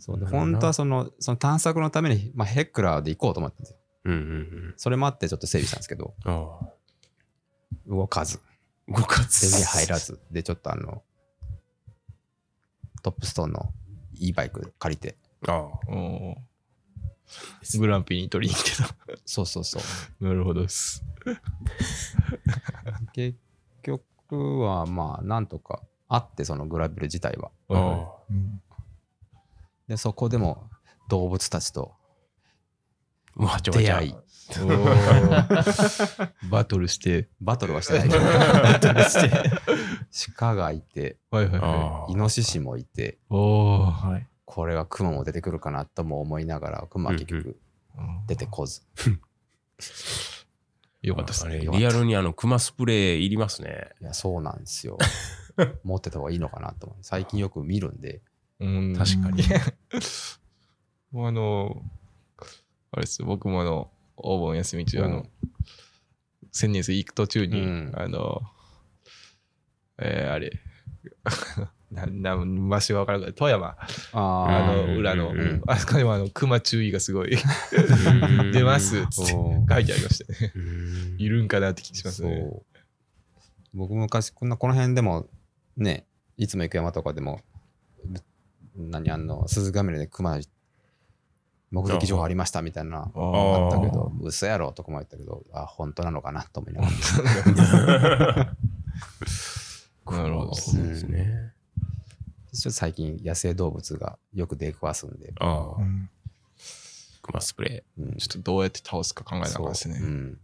Speaker 2: ほどな
Speaker 3: 本当はその、その探索のために、まあ、ヘックラーで行こうと思ったんですよ。
Speaker 2: うんうん
Speaker 3: それもあってちょっと整備したんですけど、
Speaker 2: うん。ああ。
Speaker 3: 動かず、
Speaker 2: 5月。
Speaker 3: 手に入らず、で、ちょっとあの、トップストーンのいいバイク借りて、
Speaker 2: ああ。
Speaker 1: ど。おーグランピーに取りに来てた。
Speaker 3: そうそうそう。
Speaker 1: なるほどっす。
Speaker 3: 結局は、まあ、なんとかあって、そのグラベル自体は。
Speaker 2: ああ。
Speaker 3: でそこでも動物たちと
Speaker 2: わちゃわち
Speaker 3: 出
Speaker 2: ゃ。
Speaker 3: 会い
Speaker 1: おー バトルして。
Speaker 3: バトルはしてないけどバトルして鹿がいて
Speaker 1: はいはいは
Speaker 2: ああ
Speaker 3: イノシシもいて
Speaker 1: い。おー
Speaker 5: はい。
Speaker 3: これはクマも出てくるかなとも思いながらクマは結
Speaker 2: うん
Speaker 3: 局出てこず、
Speaker 1: よかったっす
Speaker 2: あ
Speaker 1: ね
Speaker 2: れ。
Speaker 3: よかった
Speaker 2: リアルにあの、クマスプレーいりますね。
Speaker 3: いやそうなんで すよ持ってた方がいいのかなと思う最近よく見るんで
Speaker 1: うん
Speaker 2: 確かに。
Speaker 1: もうあの、あれです、僕もあの、お盆休み中、あ
Speaker 3: う
Speaker 1: の
Speaker 3: ん、
Speaker 1: 千年生行く途中に、
Speaker 3: うん
Speaker 1: あの、えー、あれ、 ななん場所が分からんから富山、あ
Speaker 3: あ
Speaker 1: の、
Speaker 2: うん
Speaker 1: 裏の、
Speaker 2: うんうん
Speaker 1: あそこでもあの、熊注意がすごい 出
Speaker 2: 出
Speaker 1: ますっ
Speaker 3: ー
Speaker 1: つって
Speaker 3: おー
Speaker 1: 書いてありましたね。 いるんかなって気しますね。
Speaker 3: そう僕昔こんなこの辺でもねいつも行く山とかでもぶ何あの鈴ヶ峰で熊目撃情報ありましたみたい
Speaker 1: あ
Speaker 3: な
Speaker 2: ー
Speaker 3: あったけ
Speaker 1: ー
Speaker 3: ど嘘やろとかも言ったけどあ本当なのかなと思いながら
Speaker 1: なるほど。
Speaker 2: そうですね。
Speaker 3: ちょっと最近野生動物がよく出くわすんで、
Speaker 2: あ
Speaker 5: う
Speaker 2: あ、
Speaker 5: ん
Speaker 2: クマスプレ
Speaker 3: うん、
Speaker 1: ちょっとどうやって倒すか考えなあかんです
Speaker 3: そうう
Speaker 1: ね。
Speaker 3: ん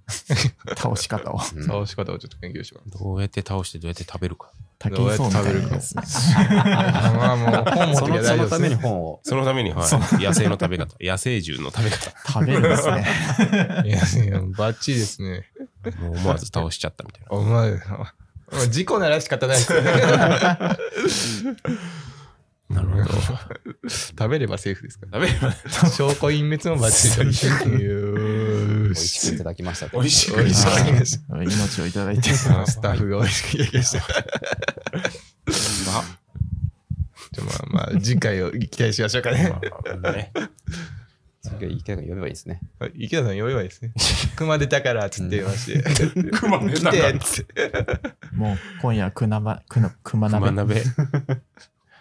Speaker 5: 倒し方を
Speaker 3: うん
Speaker 1: 倒し方をちょっと研究しようかな。
Speaker 2: ー。どうやって倒してどうやって食べるか。
Speaker 5: 竹井壮みたいなやつ。
Speaker 1: まあもう本持っ
Speaker 3: そ
Speaker 1: てき
Speaker 3: の
Speaker 1: ゃ大
Speaker 3: そ
Speaker 1: 丈
Speaker 3: の
Speaker 1: 夫
Speaker 3: た
Speaker 1: で
Speaker 3: め
Speaker 1: す
Speaker 3: に本を
Speaker 2: そのために、はい、野生の食べ方、野生獣の食べ方。
Speaker 5: 食べるんですね。
Speaker 1: いやいや、バッチリですね。
Speaker 2: もう思わず倒しちゃったみたいな。
Speaker 1: お前、事故なら仕方ないですよね。
Speaker 2: なるほど。
Speaker 1: 食べればセーフですから。
Speaker 2: 食べれば
Speaker 1: 証拠隠滅もバッチリという。
Speaker 3: 美味しくいただきましたと。
Speaker 2: 美味しく
Speaker 1: 美味しく
Speaker 2: いただき
Speaker 1: まし
Speaker 5: はい命をいただい て。
Speaker 1: た。スタッフが美味しくいただきました。じゃあまあまあ、次回を期待しましょうかね。
Speaker 2: まあね
Speaker 3: 次は一回呼べばいいですね。
Speaker 1: 池田さん弱いわですね。熊出たからっつって言いまして。
Speaker 2: 熊出
Speaker 1: 来
Speaker 2: たか
Speaker 1: て
Speaker 2: ら
Speaker 1: っつって。
Speaker 5: もう今夜はくなば、くな、くま
Speaker 2: 熊
Speaker 5: 鍋、
Speaker 2: 鍋。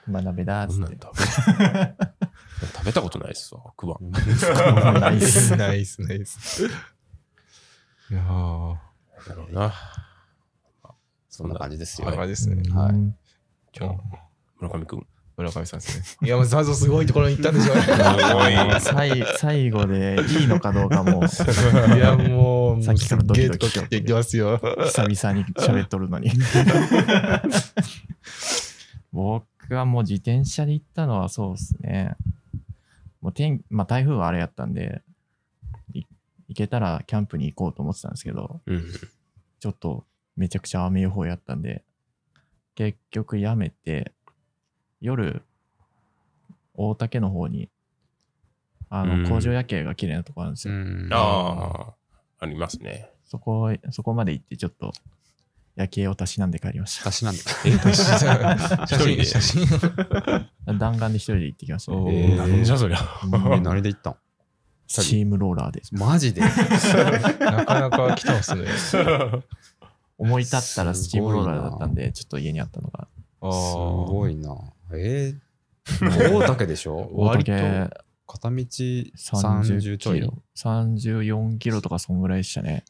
Speaker 5: くま鍋だーっつって。
Speaker 2: 食べたことないっすわ、熊。
Speaker 5: ナイス。
Speaker 1: ナイス、ナイス。いやー、
Speaker 2: なるほどな。
Speaker 3: そんな感じですよ。
Speaker 2: はい
Speaker 1: まあですね。
Speaker 3: はい
Speaker 5: うん
Speaker 2: じゃあ村上くん。
Speaker 1: 村上さんですね。いや、もうさぞすごいところに行ったんでしょうね。
Speaker 5: もう最最後でいいのかどうか もう久
Speaker 1: いや、もう、
Speaker 5: さっきからドキドキ
Speaker 1: すっげえとこ切っていきますよ。
Speaker 5: 々に喋っとる のに。僕はもう自転車で行ったのはそうですね。もう天、まあ台風はあれやったんで、い行けたらキャンプに行こうと思ってたんですけど、
Speaker 2: うん。
Speaker 5: ちょっとめちゃくちゃ雨予報やったんで、結局やめて、夜、大竹の方に、あ
Speaker 2: うん
Speaker 5: の、工場夜景が綺麗なとこあるんです
Speaker 3: う
Speaker 5: よ。
Speaker 3: ん
Speaker 2: ああ、ありますね。
Speaker 5: そこ、そこまで行って、ちょっと夜景をたしなんで帰りました。
Speaker 3: たしなんだ。
Speaker 1: 写
Speaker 2: 人で
Speaker 1: 真、写真。
Speaker 5: 弾丸で一人で行ってきました
Speaker 1: お
Speaker 5: ね。
Speaker 1: ー
Speaker 2: なんじゃそりゃ。
Speaker 3: え 何で行ったん
Speaker 5: スチームローラーで。
Speaker 3: マジで
Speaker 1: なかなか来たんすね。
Speaker 5: 思い立ったらスチームローラーだ
Speaker 3: すごいな
Speaker 5: ったんで、ちょっと家にあったのが。
Speaker 1: あ
Speaker 3: す
Speaker 1: ー
Speaker 3: ごいな。えー、大竹でしょ
Speaker 5: 割と
Speaker 3: 片道30
Speaker 5: 30
Speaker 3: ちょ
Speaker 5: キ
Speaker 3: い
Speaker 5: ロ。34キロとかそんぐらいでしたね。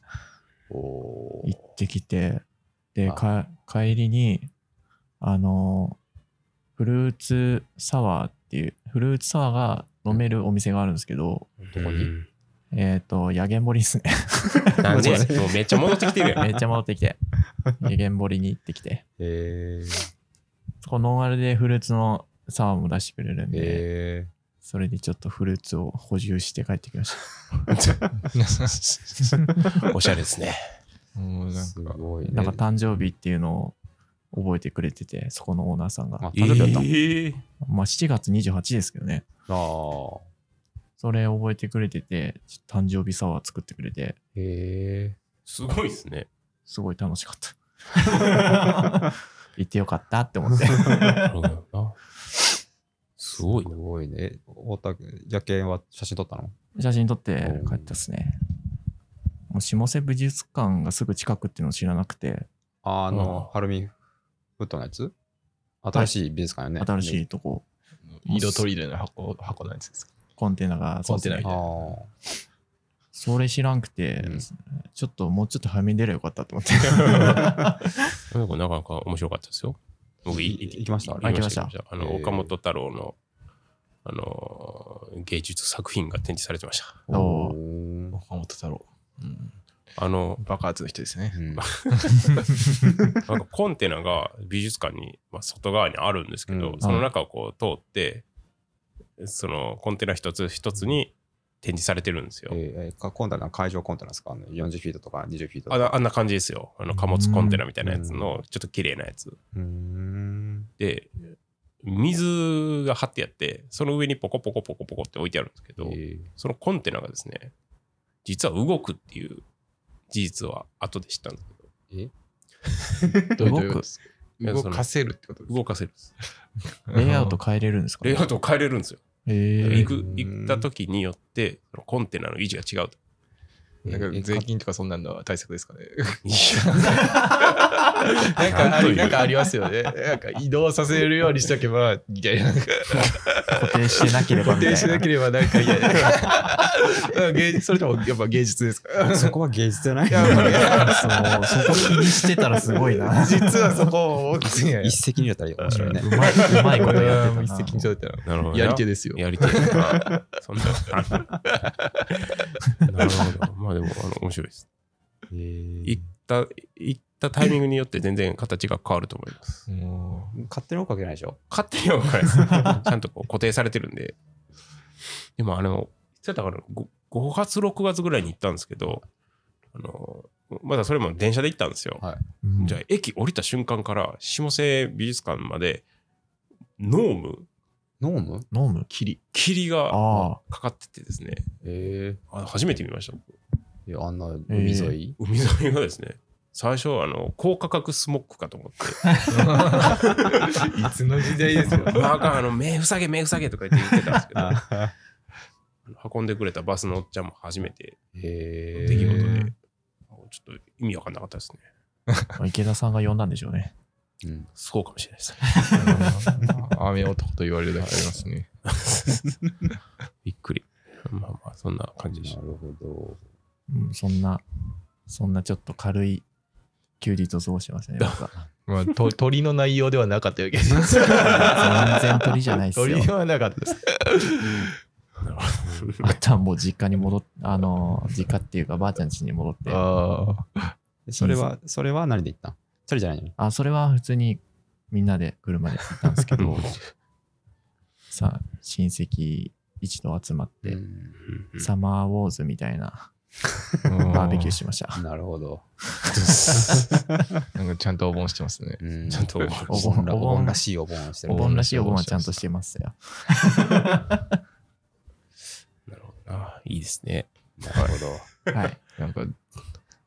Speaker 3: おー
Speaker 5: 行ってきて、で、か帰りに、あの、フルーツサワーっていう、フルーツサワーが飲めるお店があるんですけど、
Speaker 2: どこに
Speaker 5: えっ、と、ヤゲンボリです ね。
Speaker 2: なんでもうめっちゃ戻ってきてるやん。
Speaker 5: め っちゃ戻ってきて、ヤゲンボリに行ってきて、
Speaker 3: えー、
Speaker 5: そこノンアルでフルーツのサワーも出してくれるんで、
Speaker 3: え
Speaker 5: それでちょっとフルーツを補充して帰ってきました。
Speaker 2: おしゃれですね。
Speaker 1: もう
Speaker 3: ー、
Speaker 1: なん
Speaker 3: すごいね。
Speaker 5: なんか誕生日っていうのを覚えてくれてて、そこのオーナーさんが。
Speaker 3: あ誕生日だったの、
Speaker 2: ええ
Speaker 5: まあ7月28ですけどね。
Speaker 3: あー
Speaker 5: それ覚えてくれてて、ちょ誕生日サワー作ってくれて、
Speaker 3: え
Speaker 2: すごいですね。
Speaker 5: すごい楽しか った。行ってよかったって思って。
Speaker 2: なるほどなすごい
Speaker 3: ー、すごいね。え大竹、夜景は写真撮ったの
Speaker 5: 写真撮って帰ったっすね。もう下瀬美術館がすぐ近くっていうのを知らなくて、
Speaker 3: あの、
Speaker 2: うん
Speaker 3: ハルミフットのやつ新しい美術館よね。
Speaker 5: 新しいとこ、
Speaker 1: 色とりどりの箱、箱のやつですか。
Speaker 5: コンテナが、
Speaker 1: コンテナみ
Speaker 5: そ
Speaker 1: た
Speaker 5: う
Speaker 1: い
Speaker 5: ですね
Speaker 1: な。
Speaker 3: あ
Speaker 5: それ知らんくて、
Speaker 3: うん
Speaker 5: ちょっともうちょっと早めに出ればよかった と思って。
Speaker 2: なんかなかなか面白かったですよ。僕、い
Speaker 3: い行きました
Speaker 5: あ行きました
Speaker 2: あの、
Speaker 3: へえ
Speaker 2: 岡本太郎の、あのー、芸術作品が展示されてました。
Speaker 3: あ。
Speaker 5: おー
Speaker 3: ー
Speaker 1: 岡本太郎。うん
Speaker 2: あの、
Speaker 1: 爆発の人ですね。
Speaker 3: うん
Speaker 2: なんかコンテナが美術館に、まあ、外側にあるんですけど、
Speaker 3: うん
Speaker 2: その中をこう通って、そのコンテナ一つ一つに展示されてるんですよ。
Speaker 3: えー、かコンテナ、会場コンテナですかあの ?40 フィートとか20フィートと
Speaker 2: あ
Speaker 3: か。
Speaker 2: なあんな感じですよ。あの貨物コンテナみたいなやつの、ちょっと綺麗なやつ。
Speaker 3: うーん。
Speaker 2: で、水が張ってあって、その上にポコポコポコポコって置いてあるんですけど、
Speaker 3: え
Speaker 2: そのコンテナがですね、実は動くっていう事実は後で知ったんですけど、
Speaker 1: どういうどういうことです
Speaker 2: 動
Speaker 1: 動
Speaker 2: く
Speaker 1: かせるってことです
Speaker 2: 動かせるんです。
Speaker 5: レイアウト変えれるんですか
Speaker 2: レイアウトを変えれるんですよ。だから
Speaker 5: え
Speaker 2: 行
Speaker 5: ー、
Speaker 2: く、行った時によって、そのコンテナの維持が違うと。
Speaker 1: なんか税金とかそんなのは対策ですかね。なんか
Speaker 2: な
Speaker 1: あ
Speaker 2: んという
Speaker 1: りなんかありますよね。なんか移動させるようにしとけば、みたいな。
Speaker 5: 固定してなければ
Speaker 1: 固
Speaker 5: み
Speaker 1: 定
Speaker 5: たいな。
Speaker 1: しなければなんかいやいや芸術それともやっぱ芸術ですか
Speaker 3: ーそこは芸術じゃない
Speaker 1: いやまあね
Speaker 5: そうそこ気にしてたらすごいな。
Speaker 1: 実はそこ大きいね
Speaker 3: 一石二鳥だったら面白いね
Speaker 5: う。まいうまいことやってた
Speaker 1: うん
Speaker 5: な。
Speaker 1: 一石二鳥だった
Speaker 2: なるほ
Speaker 1: ら
Speaker 2: ど。
Speaker 1: やり手ですよ
Speaker 2: やり手。 あそんな。なるほど。まあでも、あの、面白いです。
Speaker 3: えー
Speaker 2: 行った、行ったタイミングによって全然形が変わると思い ます。
Speaker 1: も
Speaker 3: 勝手に追っかけないでしょ
Speaker 2: 勝手には分からないです。ちゃんとこう固定されてるんで。でも、あの、いつだったかな 5, 5月、6月ぐらいに行ったんですけど、あの、まだそれも電車で行ったんですよ。
Speaker 5: うん
Speaker 2: じゃあ駅降りた瞬間から下瀬美術館までノーム
Speaker 3: ノーム
Speaker 5: 飲む
Speaker 1: 霧。
Speaker 2: 霧が
Speaker 5: あ
Speaker 2: かかっててですね、
Speaker 3: え
Speaker 2: あ初めて見ました、僕
Speaker 3: えあんな海沿い、
Speaker 2: 海沿いがですね、最初、あの、高価格スモックかと思って、
Speaker 1: いつの時代ですよ。
Speaker 2: う わあかんあの、目塞げ、目塞げとか言って言ってたんですけど、
Speaker 3: あ
Speaker 2: 運んでくれたバスのおっちゃんも初めて
Speaker 3: へえ
Speaker 2: 出来事で、
Speaker 5: へえ
Speaker 2: ちょっと意味わかんなかったですね。
Speaker 5: あ。池田さんが呼んだんでしょうね。
Speaker 3: うん
Speaker 2: そうかもしれないですね。
Speaker 1: 雨男と言われるだけありますね。
Speaker 2: びっくり。まあまあ、そんな感じでし
Speaker 3: な
Speaker 2: た。
Speaker 3: るほど。
Speaker 5: うん、そんな、そんなちょっと軽い休日を過ごしてましたね。僕は
Speaker 1: まあ、と鳥の内容ではなかったわけです。
Speaker 5: 全然鳥じゃないですよ
Speaker 1: 鳥。ではなかったです。
Speaker 5: あとはもう実家に戻っ、あの、実家っていうかばあちゃん家に戻って。
Speaker 1: ああ。
Speaker 3: でそれは、それは何で行ったんそれじゃないの
Speaker 5: あ、それは普通にみんなで車で行ったんで すけど、さあ、親戚一度集まって、
Speaker 3: うん
Speaker 5: サマーウォーズみたいなバーベキューしました。
Speaker 3: なるほど。
Speaker 1: なんかちゃんとお盆してますね。
Speaker 3: うん
Speaker 2: ちゃんと思いま
Speaker 3: お
Speaker 2: し
Speaker 3: 盆ら
Speaker 5: お
Speaker 3: お
Speaker 5: 盆
Speaker 3: 盆らしいお盆をしてる
Speaker 5: お。盆らしいお盆はちゃんとしてますよ。
Speaker 2: た。なるほどな。いいですね。
Speaker 3: なるほど。
Speaker 5: はい。
Speaker 1: なんか、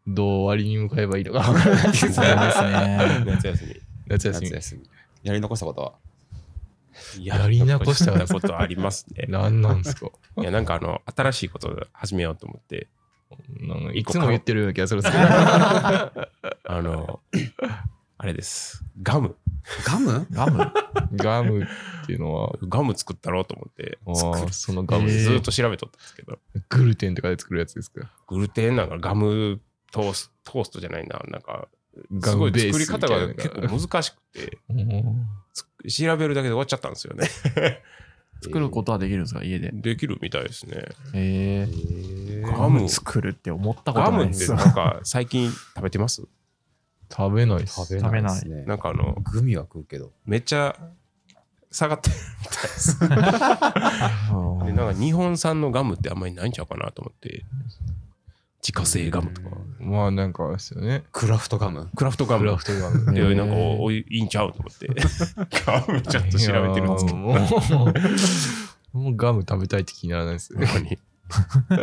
Speaker 1: どう終わりに向かえばいいのか分からないです
Speaker 5: そうですね。
Speaker 2: 夏休み。
Speaker 1: 夏休
Speaker 3: 夏
Speaker 1: み。
Speaker 3: 休み。やり残したことは
Speaker 1: やり残した
Speaker 2: やり残ことありますね。
Speaker 1: 何なんですか
Speaker 2: いや、なんかあの、新しいことを始めようと思って、
Speaker 1: なんかいつも言ってるような気がするんですけ
Speaker 2: あの、あれです。ガム。
Speaker 3: ガム
Speaker 5: ガム
Speaker 1: ど、ガムっていうのは、
Speaker 2: ガム作ったろうと思って、
Speaker 1: あ
Speaker 2: 作
Speaker 1: ー
Speaker 2: る
Speaker 1: そのガ
Speaker 2: ガム
Speaker 1: ム、
Speaker 2: で
Speaker 5: えー
Speaker 2: ずっと調べとったんですけど、
Speaker 1: グルテンとかで作るやつですか
Speaker 2: グルテンなんかガムトースト、トーストじゃないな、なんか、
Speaker 1: ガ
Speaker 2: すご
Speaker 1: ム
Speaker 2: い
Speaker 1: ベー
Speaker 2: 作り
Speaker 1: スみ
Speaker 2: 方
Speaker 1: たいな
Speaker 2: が
Speaker 1: の
Speaker 2: 結構難しくて、
Speaker 1: うん
Speaker 2: つく調べるだけで終わっちゃったんですよね。
Speaker 5: 作ることはできるんですか家で。
Speaker 2: できるみたいですね。
Speaker 5: え
Speaker 3: えー
Speaker 5: ー
Speaker 2: ガム
Speaker 5: 作るって思ったこ
Speaker 2: ガ
Speaker 5: とな
Speaker 2: ム
Speaker 5: いで
Speaker 2: って
Speaker 5: す。
Speaker 2: なんか最近食べてます
Speaker 1: 食べないっす。
Speaker 3: 食べないですね。
Speaker 2: なんかあの、
Speaker 3: グミは食うけど。
Speaker 2: めっちゃ下がってるみた いです。で、
Speaker 5: うん
Speaker 2: なんか日本産のガムってあんまりないんちゃうかなと思って、自家製ガムとか、
Speaker 1: まあなんかあれですよね。
Speaker 3: クラフトガム
Speaker 2: クラフトガ
Speaker 1: ク
Speaker 2: ム
Speaker 1: ラフトガム。
Speaker 2: で、
Speaker 5: へー
Speaker 2: なんかおおいいんちゃうと思 って、ガムちょっと調べてるんですけど、
Speaker 1: いやーもう、もうガム食べたいって気にならないですね。
Speaker 2: ほんまに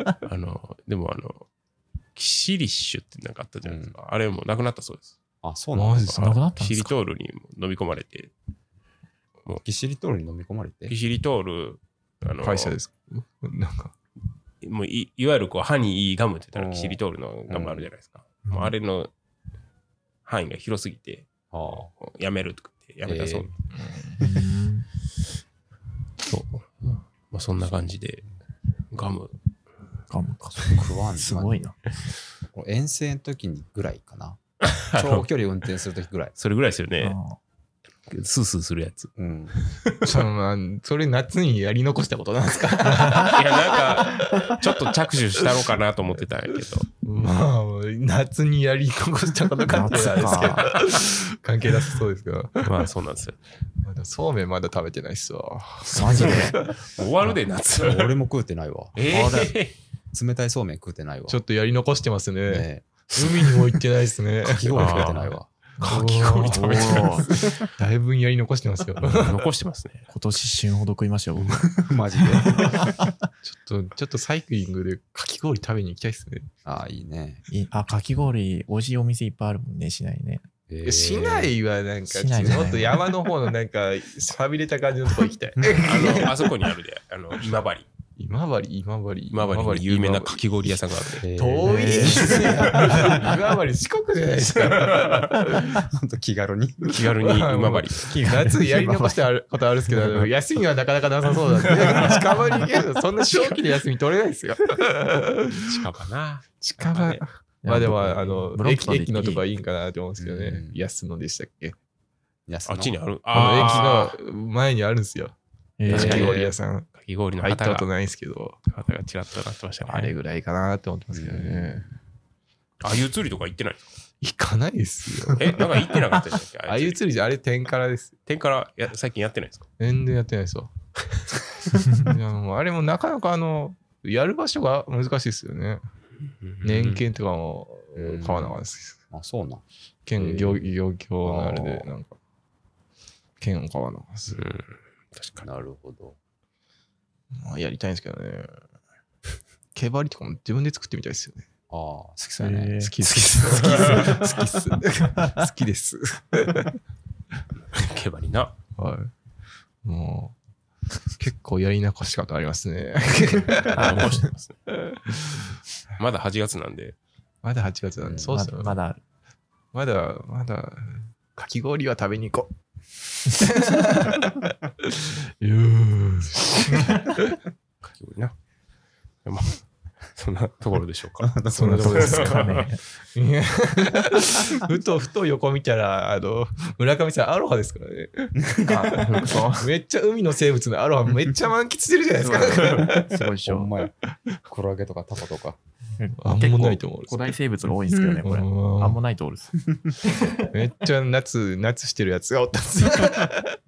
Speaker 2: あの、でもあの、キシリッシュってなんかあったじゃないですか。あれもなくなったそうです。
Speaker 3: あ、そうなんです
Speaker 1: マジ
Speaker 3: か
Speaker 5: なくなった
Speaker 2: キ
Speaker 5: ん
Speaker 2: シ
Speaker 5: で
Speaker 2: リ
Speaker 5: すか
Speaker 2: トールに飲み込まれて、
Speaker 3: ぎっしりトールに飲み込まれて
Speaker 2: キ。シリトール、あの
Speaker 1: 会社ですかなんか、
Speaker 2: もういいわゆるこう歯にいいガムって言った
Speaker 3: う
Speaker 2: ら
Speaker 3: ん
Speaker 2: キシリトールのガムあるじゃないですか。
Speaker 5: うん
Speaker 2: もうあれの範囲が広すぎて、
Speaker 3: ああ
Speaker 2: やめるとかってやめたそう。
Speaker 3: え
Speaker 5: うん
Speaker 2: そうまあ、そんな感じで、ガム。
Speaker 5: ガムか。
Speaker 3: 食わん
Speaker 5: すごいな。
Speaker 3: まあ遠征の時にぐらいかな。
Speaker 2: あの
Speaker 3: 長距離運転する時ぐらい。
Speaker 2: それぐらいですよね。
Speaker 5: あ
Speaker 2: スースーするやつ。
Speaker 3: うん。
Speaker 1: そのまあそれ夏にやり残したことなんですか
Speaker 2: いや、なんか、ちょっと着手したのかなと思ってたんやけど。
Speaker 1: まあ、夏にやり残したことかってなんですけど、 関係なさそうですけど、
Speaker 2: まあ、そうなんですよ。
Speaker 1: まだそうめんまだ食べてないっすわ。
Speaker 5: マジで。
Speaker 2: 終わるで、夏。
Speaker 3: 俺も食うてないわ。
Speaker 2: え
Speaker 3: あだ
Speaker 2: え
Speaker 3: 冷たいそうめん食うてないわ。
Speaker 1: ちょっとやり残してますね。
Speaker 3: ね
Speaker 1: 海にも行ってないですね
Speaker 3: え。かき氷食うてないわ。
Speaker 1: かき氷食べてない
Speaker 5: おー
Speaker 1: だいぶやり残してますよ。ちょ
Speaker 2: 残してますね。
Speaker 5: 今年死ぬほど食いましたよ、僕。
Speaker 3: マジで。
Speaker 1: っと、ちょっとサイクリングでかき氷食べに行きたいですね。
Speaker 3: ああ、いいね。
Speaker 5: い あ、かき氷、美味しいお店いっぱいあるもんね、市内ね。
Speaker 3: え
Speaker 1: いや市内はなんか、
Speaker 5: 市内じゃない
Speaker 1: もっと山の方のなんか、さびれた感じのとこ行 きたい。
Speaker 2: あの、あそこにあるで、あの、今治。
Speaker 1: 今治、今治。
Speaker 2: 今治に有名なかき氷屋さんがあるで。
Speaker 3: え
Speaker 1: 遠い ですね。今治四国じゃないですか。
Speaker 3: ほんと気軽に。
Speaker 2: 気 軽に今治。
Speaker 1: 夏やり残したことあるんですけど、休みはなかなかなさそうなんで、近場に行けるの、そんな正気で休み取れないですよ。
Speaker 2: 近場な。
Speaker 1: 近場。まあでも、あの
Speaker 5: ブ、ロック
Speaker 1: 駅
Speaker 5: まで
Speaker 1: 駅のとこはいいんかなって思うんですけどね
Speaker 3: う。ん
Speaker 1: 安野でしたっけ
Speaker 3: 安
Speaker 2: あっちにある。
Speaker 1: あの
Speaker 2: ー
Speaker 1: 駅の前にあるんですよ。
Speaker 5: え
Speaker 1: か
Speaker 5: ー
Speaker 1: き
Speaker 2: 確
Speaker 1: 氷屋さん。
Speaker 2: かき氷の
Speaker 1: 入っ
Speaker 2: 旗
Speaker 1: たこ
Speaker 2: が
Speaker 1: と、ないんですけど、
Speaker 2: 旗がちらっとなってましたね。
Speaker 1: あれぐらいかなって思ってますけどね。
Speaker 2: あゆ釣りとか行ってないですか
Speaker 1: 行かないですよ。
Speaker 2: え、なんか行ってなかったでしたっけ
Speaker 1: ああいう
Speaker 2: り。
Speaker 1: 釣りじゃ、あれ点からです。
Speaker 2: 天からや最近やってないですか
Speaker 1: 全然やってないですわ。いやもうあれもなかなかあの、やる場所が難しいですよね。年。金とかも
Speaker 3: うん
Speaker 1: 買わなかったです。
Speaker 3: あ、そうなん。
Speaker 1: 県、
Speaker 3: へえ
Speaker 1: 業業業のあれで、なんか、県を買わなかったです。
Speaker 2: うん確かに。
Speaker 3: なるほど。
Speaker 1: まあ、やりたいんですけどね。毛針とかも自分で作ってみたいですよね。
Speaker 3: ああ、好きそうやね。
Speaker 5: えー
Speaker 1: 好きです。好きです。好きです。好きです。
Speaker 2: 毛針な。
Speaker 1: はい。もう、結構やり残したことありますね。
Speaker 2: 残してますね。まだ8月なんで、
Speaker 1: まだ8月なんで、そうっすよ、
Speaker 5: ままだある。
Speaker 1: まだ、まだ、かき氷は食べに行こ う。
Speaker 2: かき氷な。まあ、そんなところでしょうか。
Speaker 1: そんなとこですか
Speaker 5: ね。
Speaker 1: いや ふとふと横見たら、あの、村上さんアロハですからね。
Speaker 5: あ服装
Speaker 1: めっちゃ海の生物のアロハめっちゃ満喫してるじゃないです か。
Speaker 5: すごいでし
Speaker 3: ほん
Speaker 5: ょ。
Speaker 3: まや。クラゲとかタコとか。
Speaker 1: アンモナイトもおる
Speaker 5: 古代生物が多いんですけどね、これ。アンモナイトおるっす。い
Speaker 1: めっちゃ夏、夏してるやつがおったん ですよ。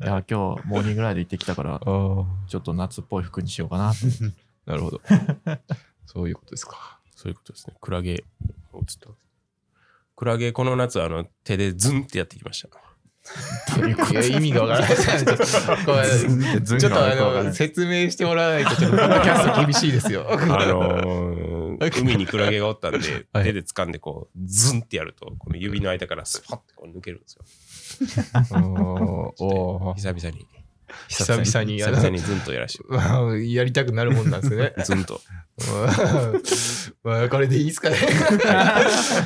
Speaker 5: や、今日モーニングライド行ってきたから、ちょっと夏っぽい服にしようかなって。
Speaker 1: なるほ ど。そういうことですか。
Speaker 2: そういうことですね。クラゲをちょっと。クラゲ、この夏、あの、手でズンってやってきました。
Speaker 1: いや、意味がわからない です。これ
Speaker 5: ち
Speaker 1: ちょっとあの、説明してもらわないと、ちょっとポッドキャスト厳しいですよ。
Speaker 2: あの ー海にクラゲがおったんで、
Speaker 1: はい
Speaker 2: 手で掴んでこう、ズンってやると、この指の間からスパッてこう抜けるんですよ。
Speaker 1: おーおー
Speaker 2: 久々に。
Speaker 1: 久々に
Speaker 2: 久
Speaker 1: や
Speaker 2: 々
Speaker 1: る。
Speaker 2: にズンとやらして。
Speaker 1: まあ やりたくなるもんなんですね。
Speaker 2: ズンと。
Speaker 1: まあ、これでいいです かね。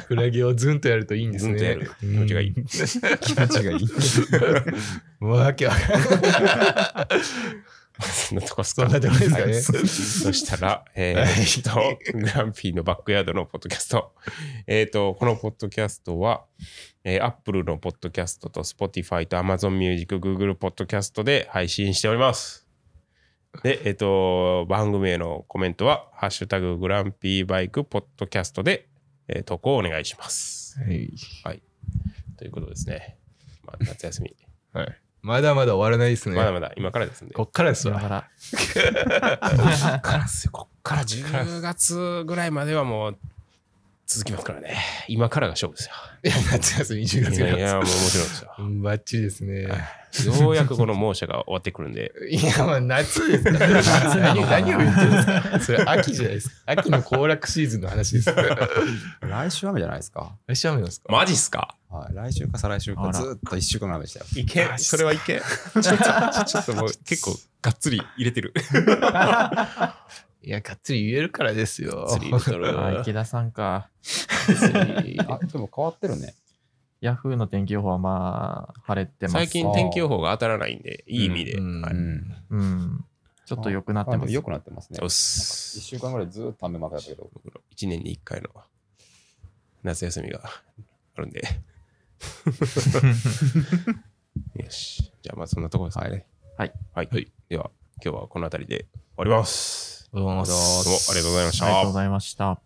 Speaker 1: クラゲをズンとやるといいんですね。
Speaker 2: ズンとやる 気持ちがいい
Speaker 1: うん。気持ちがいい。 わけわかんない。
Speaker 2: そんなとこっす
Speaker 1: そ
Speaker 2: か
Speaker 1: んなとこですかね
Speaker 2: はいそした ら、えー、っと、グランピーのバックヤードのポッドキャスト。えーっと、このポッドキャストは、えー、Apple のポッドキャストと Spotify と Amazon Music、Google ポッドキャストで配信しております。で、えーっと、番組へのコメントは、ハッシュタググランピーバイクポッドキャストで、えー投稿をお願いします。
Speaker 1: はい
Speaker 2: ということですね。まあ、夏休み。
Speaker 1: はい。まだまだ終わらないですね。
Speaker 2: まだまだ今からですんで。
Speaker 1: こっからです
Speaker 5: だ
Speaker 1: わ。
Speaker 5: から、
Speaker 2: からっすよこっから10月ぐらいまではもう続きますからね今からが勝負ですよ
Speaker 1: いや、夏休み10月
Speaker 2: い
Speaker 1: か
Speaker 2: やい
Speaker 1: ら。
Speaker 2: やもうもちろんですよ
Speaker 1: うんバッチリですね。
Speaker 2: ようやくこの猛暑が終わってくるんで
Speaker 1: いや、まあ、夏 ですから。何何を言ってるんですかそれ、秋じゃないですか。秋の行楽シーズンの話です。
Speaker 3: 来週雨じゃないですか。
Speaker 1: 来週雨なんですか
Speaker 2: マジっすか
Speaker 3: はい。来週か再来週
Speaker 5: あ
Speaker 3: からずーっと1週間ぐらい雨でしたよ。
Speaker 2: いけそれはいけちょっとちょっともう結構がっつり入れてる
Speaker 1: いや、がっつり言えるからですよ。
Speaker 5: あ池田さんか。
Speaker 3: あ、でも変わってるね。
Speaker 5: ヤフーの天気予報はまあ、晴れてます。
Speaker 2: 最近天気予報が当たらないんでいい意味で、
Speaker 1: うん
Speaker 2: は
Speaker 3: う
Speaker 2: い
Speaker 3: ん。
Speaker 5: うん。ちょっと良くなって
Speaker 3: あで
Speaker 5: ま
Speaker 3: も
Speaker 5: す。
Speaker 3: 良くなってますね。
Speaker 2: おっ
Speaker 3: 1
Speaker 2: す
Speaker 3: 週間ぐらいずーっと雨までだったけど。
Speaker 2: 僕の1年に1回の夏休みがある んでよしじゃあまあそんなところですかね、はい。
Speaker 1: はい
Speaker 2: では、今日はこの辺りで終わります。
Speaker 1: どうも
Speaker 2: どうもありがとうございまし
Speaker 5: ありがと
Speaker 2: た
Speaker 5: うご。ざいました。